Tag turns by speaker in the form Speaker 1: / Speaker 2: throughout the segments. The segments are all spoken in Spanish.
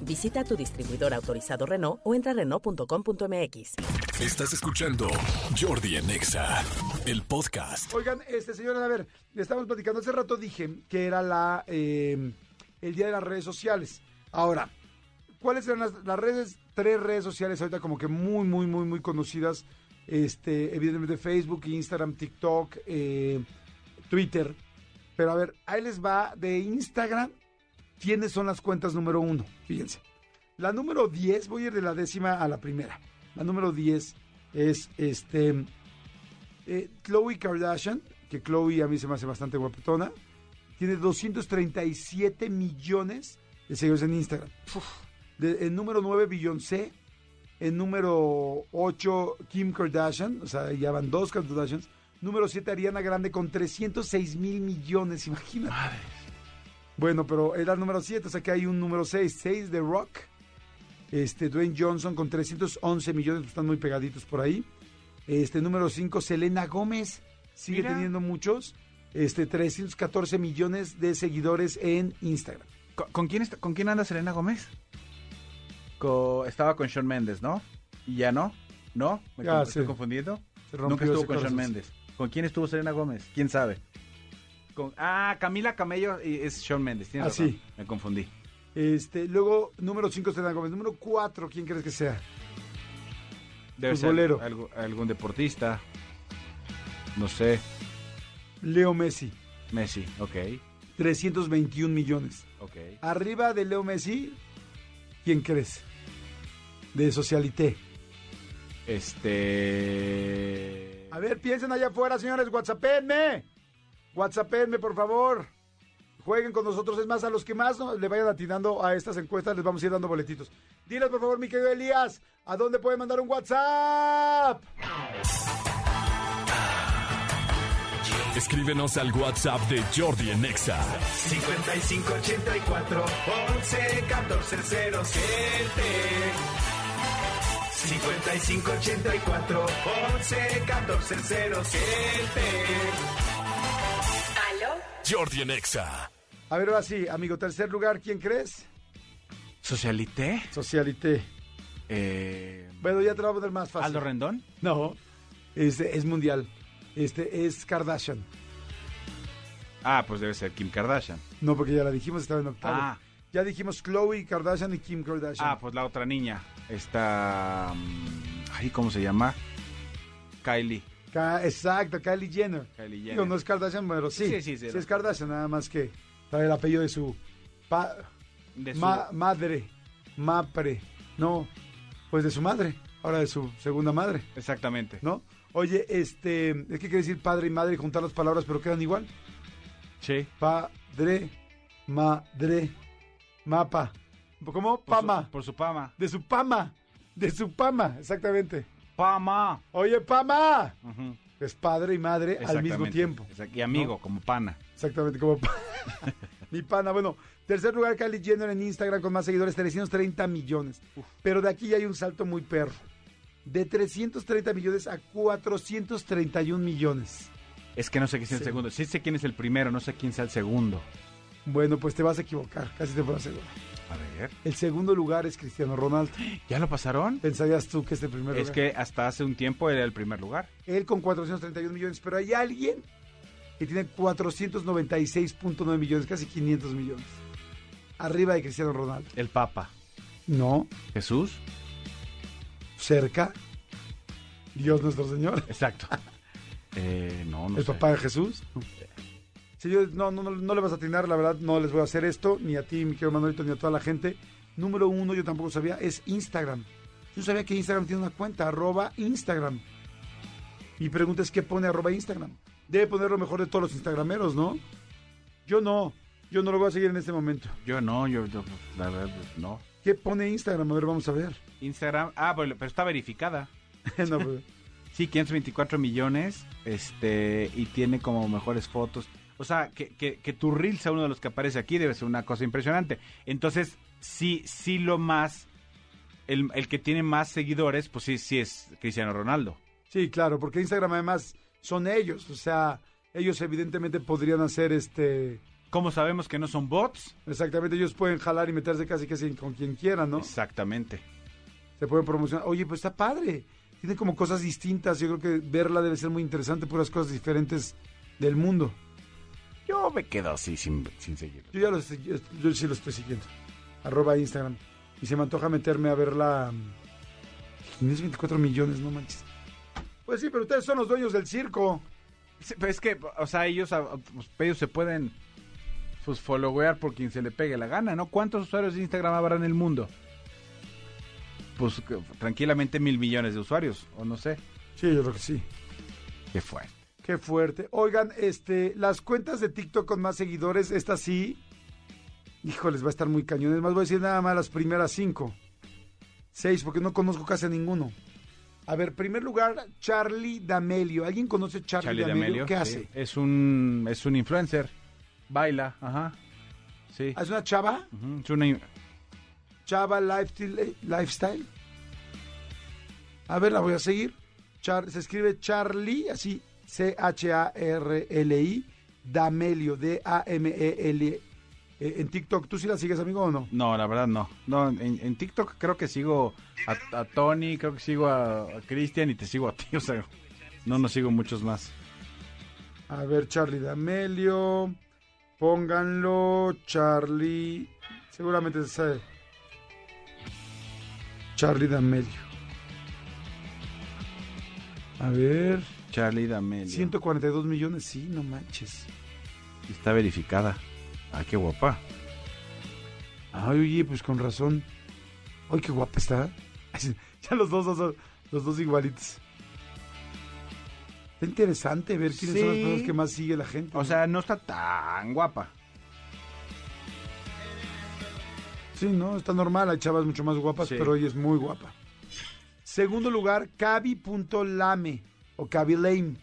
Speaker 1: Visita tu distribuidor autorizado Renault o entra a Renault.com.mx.
Speaker 2: Estás escuchando Jordi en Exa, el podcast.
Speaker 3: Oigan, este señores, a ver, le estamos platicando hace rato dije que era la eh, el día de las redes sociales. Ahora, ¿cuáles eran las, las redes? Tres redes sociales ahorita como que muy, muy, muy, muy conocidas. Este, evidentemente Facebook, Instagram, TikTok, eh, Twitter. Pero a ver, ahí les va de Instagram quiénes son las cuentas número uno. Fíjense. La número 10, voy a ir de la décima a la primera. La número 10 es este. eh, Khloe Kardashian, que Chloe a mí se me hace bastante guapetona. Tiene 237 millones de seguidores en Instagram. De- en número 9, Beyoncé. En número 8, Kim Kardashian. O sea, ya van dos Kardashians. Número 7, Ariana Grande con 306 mil millones. Imagínate. Bueno, pero era el número 7, o sea que hay un número 6, 6 de Rock. Este, Dwayne Johnson con 311 millones, pues, están muy pegaditos por ahí. Este, número 5, Selena Gómez, sigue
Speaker 4: Mira.
Speaker 3: teniendo muchos. Este, 314 millones de seguidores en Instagram.
Speaker 4: ¿Con, con quién, está- ¿Con quién anda Selena Gómez? Co- estaba con Sean Méndez, ¿no? ¿Y ya no? ¿No? ¿Me
Speaker 3: Ya,
Speaker 4: con- estoy
Speaker 3: Ah, sí.
Speaker 4: confundiendo?
Speaker 3: Se
Speaker 4: Nunca
Speaker 3: rompió
Speaker 4: estuvo
Speaker 3: ese
Speaker 4: con Sean
Speaker 3: corazón.
Speaker 4: Méndez. ¿Con quién estuvo Selena Gómez? ¿Quién sabe? Con, ah, Camila Camello y es Sean Méndez. Tienes
Speaker 3: Ah,
Speaker 4: razón.
Speaker 3: sí.
Speaker 4: Me confundí.
Speaker 3: Este, luego, número 5, Selena Gómez. Número 4, ¿quién crees que sea?
Speaker 4: Debe
Speaker 3: Futbolero.
Speaker 4: ser algo- algún deportista. No sé.
Speaker 3: Leo Messi,
Speaker 4: Messi. Ok.
Speaker 3: 321 millones.
Speaker 4: Ok.
Speaker 3: Arriba de Leo Messi, ¿quién crees? De Socialité.
Speaker 4: Este.
Speaker 3: A ver, piensen allá afuera, señores, WhatsAppenme. WhatsAppenme, por favor. Jueguen con nosotros. Es más, a los que más no- le vayan atinando a estas encuestas, les vamos a ir dando boletitos. Diles, por favor, mi querido Elías, ¿a dónde pueden mandar un WhatsApp?
Speaker 2: Escríbenos al WhatsApp de Jordi en Exa.
Speaker 5: 5584 11 14 07 5584 11 14 07
Speaker 2: Jordi en Exa.
Speaker 3: A ver, ahora sí, amigo, tercer lugar, ¿quién crees?
Speaker 4: ¿Socialité?
Speaker 3: Socialité.
Speaker 4: Eh,
Speaker 3: Bueno, ya te lo voy a poner más fácil.
Speaker 4: ¿Aldo Rendón?
Speaker 3: No, este es mundial. Este es Kardashian.
Speaker 4: Ah, pues debe ser Kim Kardashian.
Speaker 3: No, porque ya la dijimos, estaba en octavo.
Speaker 4: Ah.
Speaker 3: Ya dijimos Chloe Kardashian y Kim Kardashian.
Speaker 4: Ah, pues la otra niña. Esta. mm, Ay, ¿cómo se llama? Kylie.
Speaker 3: Ka- Exacto, Kylie Jenner.
Speaker 4: pues. Kylie
Speaker 3: Digo,
Speaker 4: Jenner.
Speaker 3: no es Kardashian, pero sí.
Speaker 4: Sí, sí, sí,
Speaker 3: es
Speaker 4: no.
Speaker 3: Kardashian, nada más que trae el apellido de su, pa-
Speaker 4: De su-
Speaker 3: ma- madre, mapre, no, pues de su madre, ahora de su segunda madre,
Speaker 4: Exactamente.
Speaker 3: ¿no? Oye, este, es que quiere decir padre y madre y juntar las palabras, pero quedan igual.
Speaker 4: Sí.
Speaker 3: Padre, madre, mapa. ¿Cómo?
Speaker 4: Por su-
Speaker 3: Pama.
Speaker 4: por su pama.
Speaker 3: De su pama. De su pama, exactamente.
Speaker 4: ¡Pama!
Speaker 3: Oye, pama.
Speaker 4: Ujú,
Speaker 3: Es padre y madre al mismo
Speaker 4: exactamente.
Speaker 3: tiempo.
Speaker 4: Exact- Y amigo, como pana.
Speaker 3: Exactamente, como pa- mi pana. Bueno, tercer lugar, Kylie Jenner en Instagram con más seguidores, 330 millones. Pero de aquí ya hay un salto muy perro. De 330 millones a 431 millones.
Speaker 4: Es que no sé quién es el
Speaker 3: Sí.
Speaker 4: segundo. Sí sé quién es el primero, no sé quién sea el segundo.
Speaker 3: Bueno, pues te vas a equivocar, casi te puedo asegurar.
Speaker 4: A ver.
Speaker 3: El segundo lugar es Cristiano Ronaldo.
Speaker 4: ¿Ya lo pasaron?
Speaker 3: Pensarías tú que es el primer
Speaker 4: Es
Speaker 3: lugar.
Speaker 4: que hasta hace un tiempo era el primer lugar.
Speaker 3: Él con 431 millones, pero hay alguien que tiene 496.9 millones, casi 500 millones. Arriba de Cristiano Ronaldo.
Speaker 4: El Papa.
Speaker 3: No,
Speaker 4: Jesús.
Speaker 3: cerca. Dios nuestro Señor.
Speaker 4: Exacto. Eh, no, no
Speaker 3: el
Speaker 4: sé.
Speaker 3: papá de Jesús. Señores, no, no, no, no le vas a atinar, la verdad, no les voy a hacer esto, ni a ti, mi querido Manuelito, ni a toda la gente. Número uno, yo tampoco sabía, es Instagram. Yo sabía que Instagram tiene una cuenta, arroba Instagram. Mi pregunta es, ¿qué pone arroba Instagram? Debe poner lo mejor de todos los instagrameros, ¿no? Yo no, yo no lo voy a seguir en este momento.
Speaker 4: Yo no, yo, yo- la verdad, no.
Speaker 3: ¿Qué pone Instagram? A ver, vamos a ver.
Speaker 4: Instagram. Ah, bueno, pero está verificada.
Speaker 3: No, pues,
Speaker 4: Sí, 524 millones, este, y tiene como mejores fotos. O sea, que, que, que tu reel sea uno de los que aparece aquí debe ser una cosa impresionante. Entonces, sí, sí lo más, el, el que tiene más seguidores, pues sí, sí es Cristiano Ronaldo.
Speaker 3: sí, claro, porque Instagram además son ellos, o sea, ellos evidentemente podrían hacer este...
Speaker 4: ¿Cómo sabemos que no son bots?
Speaker 3: Exactamente, ellos pueden jalar y meterse casi casi con quien quieran, ¿no?
Speaker 4: Exactamente.
Speaker 3: Se pueden promocionar. Oye, pues está padre. Tiene como cosas distintas. Yo creo que verla debe ser muy interesante, puras cosas diferentes del mundo.
Speaker 4: Yo me quedo así sin, sin seguir.
Speaker 3: Yo ya lo estoy- yo, yo sí lo estoy siguiendo. Arroba Instagram. Y se me antoja meterme a verla. mm, 524 millones, no manches. Pues sí, pero ustedes son los dueños del circo.
Speaker 4: Sí, pero es que, o sea, ellos, ah, pues, ellos se pueden pues, followear por quien se le pegue la gana, ¿no? ¿Cuántos usuarios de Instagram habrá en el mundo? Pues que- tranquilamente mil millones de usuarios, o no sé.
Speaker 3: Sí, yo creo que sí.
Speaker 4: ¿Qué fue?
Speaker 3: Qué fuerte. Oigan, este, las cuentas de TikTok con más seguidores, estas sí. Híjoles, va a estar muy cañón. Es más, voy a decir nada más las primeras cinco. Seis, porque no conozco casi a ninguno. A ver, primer lugar, Charlie D'Amelio. ¿Alguien conoce a Charlie,
Speaker 4: Charlie
Speaker 3: D'Amelio?
Speaker 4: D'Amelio.
Speaker 3: ¿Qué hace?
Speaker 4: sí. Es un, es un influencer. Baila, ajá. Sí.
Speaker 3: ¿Hace una chava?
Speaker 4: Ujú, es una in-
Speaker 3: Chava Lifestyle. Lifestyle. A ver, la voy a seguir. Char- se escribe Charlie, así, C-H-A-R-L-I, D'Amelio, D-A-M-E-L. Eh, en TikTok, ¿tú sí la sigues, amigo, o no?
Speaker 4: No, la verdad no. No, en, en TikTok creo que sigo a, a Tony, creo que sigo a, a Cristian y te sigo a ti, o sea, no, no sigo muchos más.
Speaker 3: A ver, Charlie D'Amelio. Pónganlo, Charlie. Seguramente se sabe. Charlie D'Amelio. A ver.
Speaker 4: Charlie D'Amelio.
Speaker 3: 142 millones, sí, no manches.
Speaker 4: Está verificada. Ah, qué guapa.
Speaker 3: Ay, oye, pues con razón. Ay, qué guapa está. Ya los dos, los dos, los dos igualitos. Está interesante ver quiénes son las
Speaker 4: Sí.
Speaker 3: personas que más sigue la gente.
Speaker 4: O sea, no está tan guapa.
Speaker 3: Sí, ¿no? Está normal, hay chavas mucho más guapas,
Speaker 4: Sí.
Speaker 3: pero ella es muy guapa. Segundo lugar, Cavi.lame o Cavi Lame.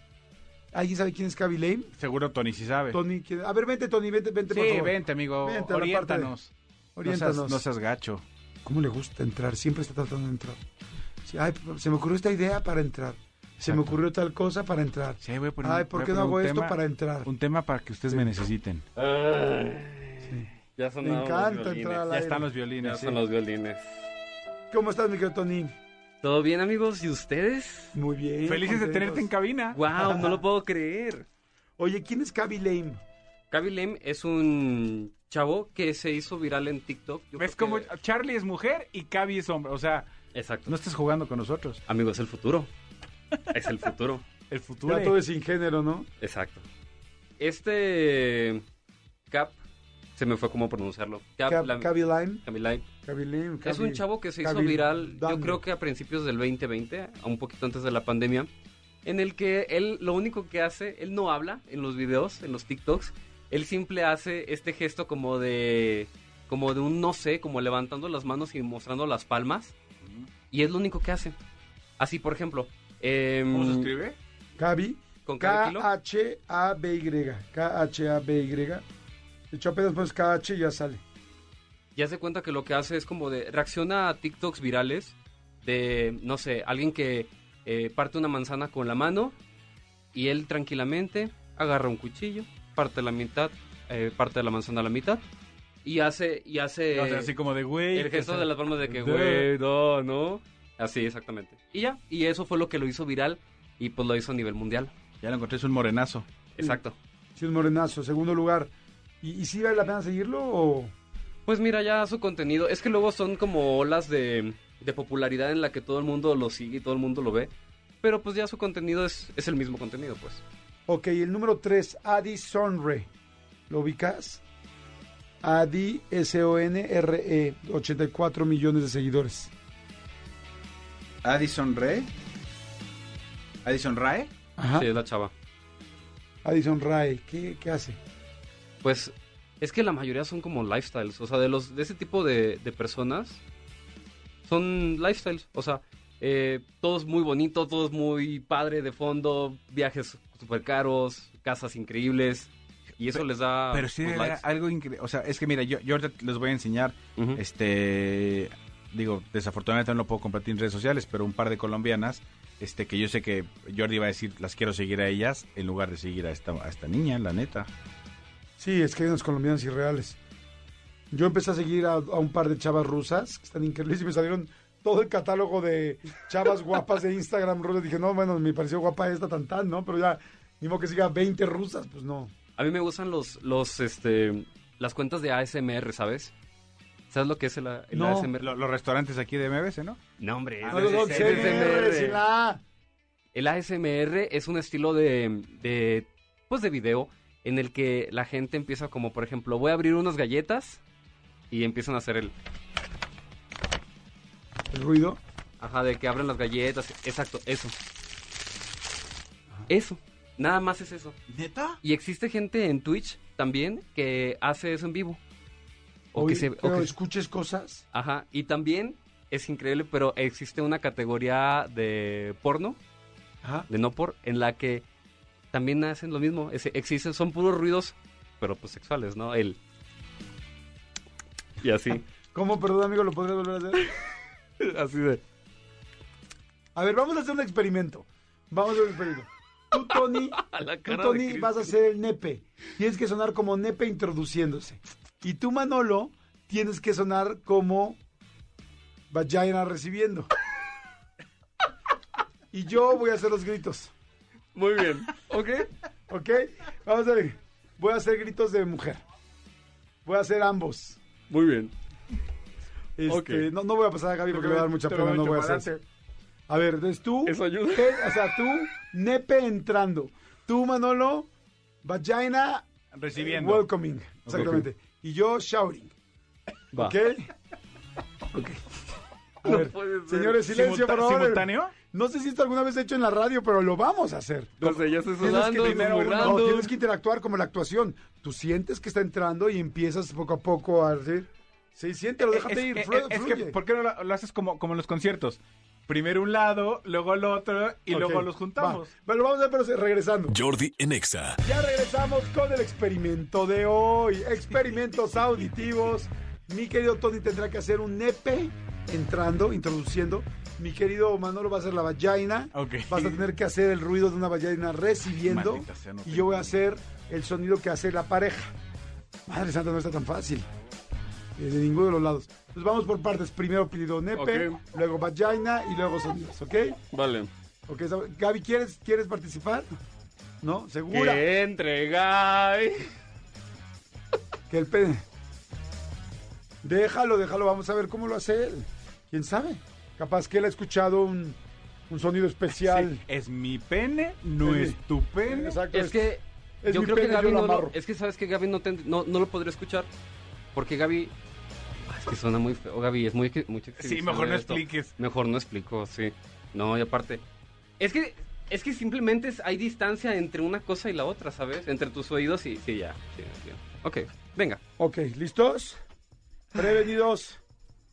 Speaker 3: ¿Alguien sabe quién es Cavi Lame?
Speaker 4: Seguro Tony sí sabe.
Speaker 3: Tony, ¿quién? a ver, vente, Tony, vente, vente, por
Speaker 4: sí,
Speaker 3: favor.
Speaker 4: vente, amigo.
Speaker 3: Vente a la
Speaker 4: oriéntanos.
Speaker 3: Oriéntanos.
Speaker 4: No seas, no seas gacho.
Speaker 3: ¿Cómo le gusta entrar? Siempre está tratando de entrar. Sí, ay, se me ocurrió esta idea para entrar. Se me
Speaker 4: Exacto.
Speaker 3: ocurrió tal cosa para entrar.
Speaker 4: Sí, voy a poner-
Speaker 3: Ay, ¿por
Speaker 4: voy a
Speaker 3: qué no
Speaker 4: poner un
Speaker 3: hago esto
Speaker 4: tema-
Speaker 3: para entrar?
Speaker 4: Un tema para que ustedes me necesiten.
Speaker 6: Ya
Speaker 3: Me
Speaker 6: sonaron
Speaker 3: encanta
Speaker 6: los
Speaker 3: entrar al
Speaker 6: violines.
Speaker 4: Ya
Speaker 3: aire.
Speaker 4: están los
Speaker 6: Ya
Speaker 4: violines. sí.
Speaker 6: son los violines.
Speaker 3: ¿Cómo estás, mi querido Tony?
Speaker 6: ¿Todo bien, amigos? ¿Y ustedes?
Speaker 3: Muy bien.
Speaker 4: Felices de
Speaker 3: contentos.
Speaker 4: tenerte en cabina.
Speaker 6: ¡Wow! No lo puedo creer.
Speaker 3: Oye, ¿quién es Cavi Lame?
Speaker 6: Kaby Lem es un chavo que se hizo viral en TikTok. Yo
Speaker 4: Es
Speaker 6: creo
Speaker 4: como
Speaker 6: que-
Speaker 4: Charlie es mujer y Cavi es hombre. O sea,
Speaker 6: Exacto.
Speaker 4: no estés jugando con nosotros.
Speaker 6: Amigo, es el futuro. Es el futuro.
Speaker 4: El futuro.
Speaker 3: Ya todo es sin género, ¿no?
Speaker 6: Exacto. Este. Cap. Se me fue cómo pronunciarlo. Cap.
Speaker 3: Ca-
Speaker 6: la-
Speaker 3: Cavi Lime.
Speaker 6: Caby Lime.
Speaker 3: Cavi Lame.
Speaker 6: Es un chavo que se hizo
Speaker 3: Kaby
Speaker 6: viral, yo
Speaker 3: Dame.
Speaker 6: creo que a principios del 2020, a un poquito antes de la pandemia, en el que él lo único que hace, él no habla en los videos, en los TikToks, él simple hace este gesto como de como de un no sé, como levantando las manos y mostrando las palmas, y es lo único que hace. Así, por ejemplo, em,
Speaker 4: ¿Cómo se
Speaker 3: Mm.
Speaker 4: escribe?
Speaker 3: Cavi.
Speaker 6: con cada kilo,
Speaker 3: K-H-A-B-Y. K-H-A-B-Y. De hecho, apenas pones K-H y ya sale.
Speaker 6: ya se cuenta que lo que hace es como de reacciona a TikToks virales de, no sé, alguien que eh, parte una manzana con la mano y él tranquilamente agarra un cuchillo, parte la mitad, eh, parte de la manzana a la mitad y hace, y hace
Speaker 4: O sea, así como de güey.
Speaker 6: el
Speaker 4: o
Speaker 6: gesto
Speaker 4: sea,
Speaker 6: de las palmas de que,
Speaker 4: de-
Speaker 6: güey, no, no. Así, exactamente. Y ya, y eso fue lo que lo hizo viral y pues lo hizo a nivel mundial.
Speaker 4: Ya lo encontré, es un morenazo.
Speaker 6: Exacto.
Speaker 3: Sí, un morenazo. Segundo lugar. ¿Y, y sí vale la pena seguirlo o...?
Speaker 6: Pues mira, ya su contenido. Es que luego son como olas de, de popularidad en la que todo el mundo lo sigue y todo el mundo lo ve. Pero pues ya su contenido es, es el mismo contenido, pues.
Speaker 3: Ok, el número 3, Adi Sonre. ¿Lo ubicas? Adi S-O-N-R-E, 84 millones de seguidores.
Speaker 4: Addison Rae. Addison Rae.
Speaker 3: Ajá.
Speaker 6: Sí, es la chava.
Speaker 3: Addison Rae, ¿qué, qué hace?
Speaker 6: Pues es que la mayoría son como lifestyles. O sea, de los de ese tipo de, de personas son lifestyles. O sea, Eh, todo es muy bonito, todo es muy padre de fondo, viajes súper caros, casas increíbles. Y eso les da.
Speaker 4: Pero sí
Speaker 6: pues,
Speaker 4: era
Speaker 6: likes.
Speaker 4: algo increíble. O sea, es que mira, yo, yo ahorita les voy a enseñar,
Speaker 6: Ujú.
Speaker 4: este, digo, desafortunadamente no lo puedo compartir en redes sociales, pero un par de colombianas, este, que yo sé que Jordi va a decir, las quiero seguir a ellas, en lugar de seguir a esta, a esta niña, la neta.
Speaker 3: Sí, es que hay unos colombianos irreales. Yo empecé a seguir a, a un par de chavas rusas que están increíbles y me salieron todo el catálogo de chavas guapas de Instagram rusas. Dije, no, bueno, me pareció guapa esta tan tan, ¿no? Pero ya, ni modo que siga 20 rusas, pues no.
Speaker 6: A mí me gustan los, los, este, las cuentas de ASMR, ¿sabes? ¿Sabes lo que es el, A- el
Speaker 3: No,
Speaker 6: ASMR?
Speaker 4: Lo- los restaurantes aquí de MBS, ¿no?
Speaker 6: No, hombre.
Speaker 4: Ah,
Speaker 6: es-
Speaker 3: No,
Speaker 4: no,
Speaker 3: no, no,
Speaker 6: es- es-
Speaker 3: sí,
Speaker 6: ASMR.
Speaker 3: sí, la-
Speaker 6: El ASMR es un estilo de, de, pues de video en el que la gente empieza como, por ejemplo, voy a abrir unas galletas y empiezan a hacer el,
Speaker 3: El ruido.
Speaker 6: ajá, de que abren las galletas, exacto, eso. Eso, nada más es eso.
Speaker 4: ¿Neta?
Speaker 6: Y existe gente en Twitch también que hace eso en vivo. O que
Speaker 3: Oye,
Speaker 6: se, o
Speaker 3: pero
Speaker 6: que-
Speaker 3: escuches cosas.
Speaker 6: ajá, y también es increíble, pero existe una categoría de porno
Speaker 3: Ajá.
Speaker 6: de no por, en la que también hacen lo mismo. ese- existen, son puros ruidos, pero pues sexuales, ¿no? El. Y así.
Speaker 3: ¿Cómo, perdón, amigo, lo podrías volver a hacer?
Speaker 6: así de.
Speaker 3: A ver, vamos a hacer un experimento. Vamos a hacer un experimento. Tú, Tony,
Speaker 6: A la
Speaker 3: Tú,
Speaker 6: cara de
Speaker 3: Tony,
Speaker 6: Chris.
Speaker 3: vas a ser el nepe. Tienes que sonar como nepe introduciéndose. Y tú, Manolo, tienes que sonar como vagina recibiendo. Y yo voy a hacer los gritos,
Speaker 6: Muy bien. ¿Ok?
Speaker 3: ¿ok? Vamos a ver. Voy a hacer gritos de mujer. Voy a hacer ambos.
Speaker 6: Muy bien.
Speaker 3: Este,
Speaker 6: Ok.
Speaker 3: no, no voy a pasar a Gaby porque me va a dar mucha pena, no voy a hacer. eso. A ver, entonces tú,
Speaker 6: Eso ayuda.
Speaker 3: o sea, tú, nepe entrando. Tú, Manolo, vagina
Speaker 4: Recibiendo.
Speaker 3: Welcoming, exactamente. Y yo shouting.
Speaker 6: Va.
Speaker 3: ¿Ok? Ok. A ver,
Speaker 6: puede ser.
Speaker 3: señores, silencio,
Speaker 4: Simulta-
Speaker 3: por favor.
Speaker 4: ¿Simultáneo?
Speaker 3: No sé si esto alguna vez he hecho en la radio, pero lo vamos a hacer.
Speaker 6: Entonces ya estoy
Speaker 3: Tienes
Speaker 6: sudando,
Speaker 3: que primero uno-
Speaker 6: susurrando.
Speaker 3: no, tienes que interactuar como la actuación. Tú sientes que está entrando y empiezas poco a poco a decir, sí, siéntelo,
Speaker 4: Es-
Speaker 3: déjate
Speaker 4: Eh, es-
Speaker 3: ir,
Speaker 4: es-
Speaker 3: flu-
Speaker 4: es
Speaker 3: fluye.
Speaker 4: que, ¿por qué no lo, lo haces como, como en los conciertos? Primero un lado, luego el otro, y
Speaker 3: Ok,
Speaker 4: luego los juntamos.
Speaker 3: va. Bueno, vamos a ver, pero se- regresando.
Speaker 2: Jordi en Exa.
Speaker 3: Ya regresamos con el experimento de hoy. Experimentos auditivos. Mi querido Tony tendrá que hacer un nepe entrando, introduciendo. Mi querido Manolo va a hacer la vagina.
Speaker 4: Ok.
Speaker 3: Vas a tener que hacer el ruido de una vagina recibiendo.
Speaker 4: Maldita sea, no
Speaker 3: y
Speaker 4: te-
Speaker 3: yo voy a hacer el sonido que hace la pareja. Madre santa, no está tan fácil. Desde ninguno de los lados. Pues vamos por partes. Primero pedido nepe,
Speaker 6: Ok.
Speaker 3: luego vagina y luego sonidos, ¿ok?
Speaker 6: Vale.
Speaker 3: Ok, sab- Gaby, ¿quieres, ¿quieres participar? ¿No? ¿Segura?
Speaker 6: Que entre, Gaby.
Speaker 3: Que el pene. Déjalo, déjalo, vamos a ver cómo lo hace él. ¿Quién sabe? Capaz que él ha escuchado un, un sonido especial.
Speaker 4: Sí, es mi pene, no
Speaker 3: Sí.
Speaker 4: es tu pene.
Speaker 3: Exacto.
Speaker 6: Es que.
Speaker 3: es
Speaker 6: yo
Speaker 3: mi
Speaker 6: creo
Speaker 3: pene,
Speaker 6: que Gaby
Speaker 3: yo lo
Speaker 6: no lo,
Speaker 3: amarro.
Speaker 6: Es que sabes que Gaby no, te- no, no lo podría escuchar. Porque Gaby. Ah, Es que suena muy feo, Gaby. Es muy. ex- mucha
Speaker 4: Sí,
Speaker 6: exhibición
Speaker 4: mejor no
Speaker 6: esto.
Speaker 4: expliques.
Speaker 6: Mejor no explico, sí. No, y aparte. Es que, es que simplemente es- hay distancia entre una cosa y la otra, ¿sabes? Entre tus oídos y. Sí, ya. sí, sí. Ok, venga.
Speaker 3: Ok, ¿listos? Prevenidos.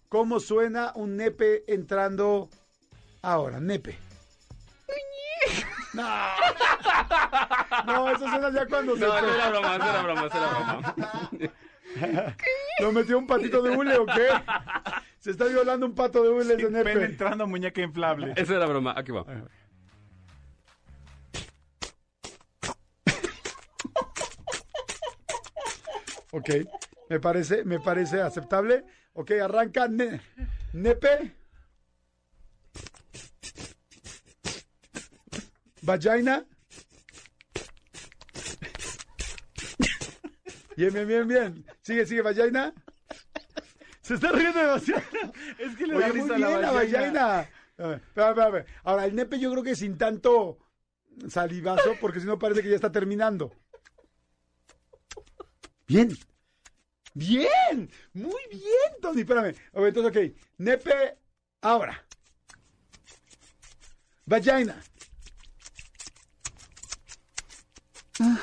Speaker 3: ¿Cómo suena un nepe entrando ahora? Nepe. No. No, eso suena ya cuando se... fue.
Speaker 6: era broma, no era broma, era broma.
Speaker 3: ¿Lo metió un patito de hule o qué? Se está violando un pato de hule de nepe.
Speaker 4: Pene entrando muñeca inflable.
Speaker 6: Esa era broma, aquí va.
Speaker 3: Ok, me parece, me parece aceptable. Ok, arranca ne- nepe. Vagina. Bien, bien, bien, bien. Sigue, sigue, vagina. Se está riendo demasiado.
Speaker 4: Es que
Speaker 3: Oye, muy bien la vagina. A ver, espera, espera, espera. Ahora, el nepe yo creo que sin tanto salivazo, porque si no parece que ya está terminando. Bien. Bien. Muy bien, Tony. Espérame. A ver, entonces, ok. Nepe, ahora. Vagina. Ah.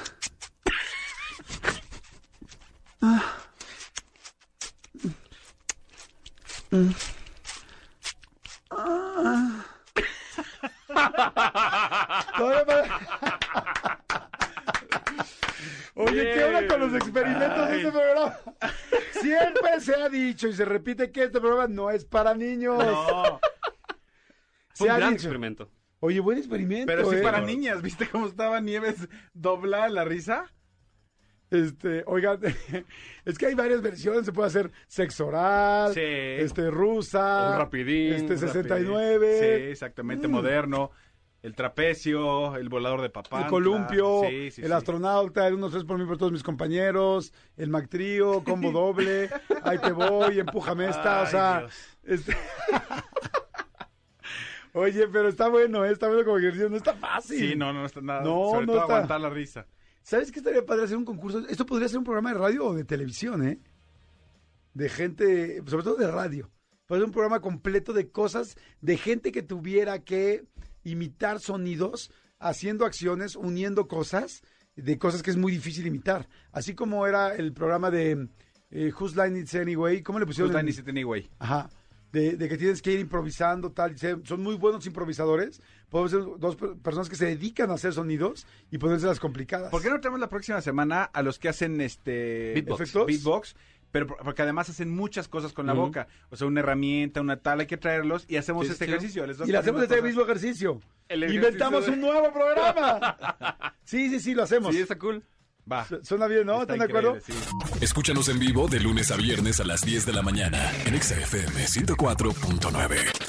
Speaker 3: Ah. Mm. Ah. Todavía para- Oye, ¿qué
Speaker 6: Bien.
Speaker 3: onda con los experimentos de este programa? Siempre se ha dicho y se repite que este programa no es para niños.
Speaker 4: No,
Speaker 3: Se
Speaker 6: Fue un
Speaker 3: ha
Speaker 6: gran
Speaker 3: dicho.
Speaker 6: experimento.
Speaker 3: Oye, buen experimento.
Speaker 4: pero sí
Speaker 3: ¿eh?
Speaker 4: para niñas. ¿Viste cómo estaba Nieves doblada la risa?
Speaker 3: Este, oigan, es que hay varias versiones, se puede hacer sexo oral,
Speaker 4: Sí.
Speaker 3: este rusa,
Speaker 4: Un rapidín.
Speaker 3: este
Speaker 4: un
Speaker 3: 69,
Speaker 4: rapidín. Sí, exactamente,
Speaker 3: Mm.
Speaker 4: moderno. El trapecio, el volador de papá.
Speaker 3: el columpio,
Speaker 4: Sí, sí,
Speaker 3: el
Speaker 4: sí.
Speaker 3: astronauta, el 1 3 por mí por todos mis compañeros, el Mactrío, combo doble, ahí te voy, empújame esta, o
Speaker 4: Ay,
Speaker 3: sea,
Speaker 4: Dios.
Speaker 3: este- Oye, pero está bueno, ¿eh? está bueno como ejercicio, no está fácil.
Speaker 4: Sí, no, no está nada.
Speaker 3: No,
Speaker 4: Sobre
Speaker 3: no
Speaker 4: todo
Speaker 3: está.
Speaker 4: aguantar la risa.
Speaker 3: ¿Sabes qué estaría padre hacer un concurso? Esto podría ser un programa de radio o de televisión, ¿eh? De gente, sobre todo de radio. Podría ser un programa completo de cosas, de gente que tuviera que imitar sonidos, haciendo acciones, uniendo cosas, de cosas que es muy difícil imitar. Así como era el programa de eh, Whose Line It's Anyway, ¿cómo le pusieron?
Speaker 4: Just
Speaker 3: en-
Speaker 4: Danny Sit Anyway.
Speaker 3: Ajá. De, de que tienes que ir improvisando, tal. y se- Son muy buenos improvisadores. Podemos ser dos per- personas que se dedican a hacer sonidos y ponerse las complicadas.
Speaker 4: ¿Por qué no traemos la próxima semana a los que hacen este
Speaker 6: Beatbox.
Speaker 4: efectos? beatbox? Pero por- porque además hacen muchas cosas con la
Speaker 6: Ujú.
Speaker 4: boca. O sea, una herramienta, una tal, hay que traerlos y hacemos
Speaker 6: Sí,
Speaker 4: este
Speaker 6: sí.
Speaker 4: ejercicio. Les doy
Speaker 3: Y le hacemos
Speaker 4: cualquier
Speaker 3: este
Speaker 4: cosa.
Speaker 3: mismo ejercicio.
Speaker 6: El ejercicio
Speaker 3: Inventamos
Speaker 6: de-
Speaker 3: un nuevo programa. Sí, sí, sí, lo hacemos.
Speaker 6: Sí, está cool.
Speaker 4: Va.
Speaker 3: Su- Suena bien, ¿no?
Speaker 4: Está
Speaker 3: ¿Están de acuerdo?
Speaker 4: increíble, sí.
Speaker 2: Escúchanos en vivo de lunes a viernes a las 10 de la mañana en Exa FM 104.9.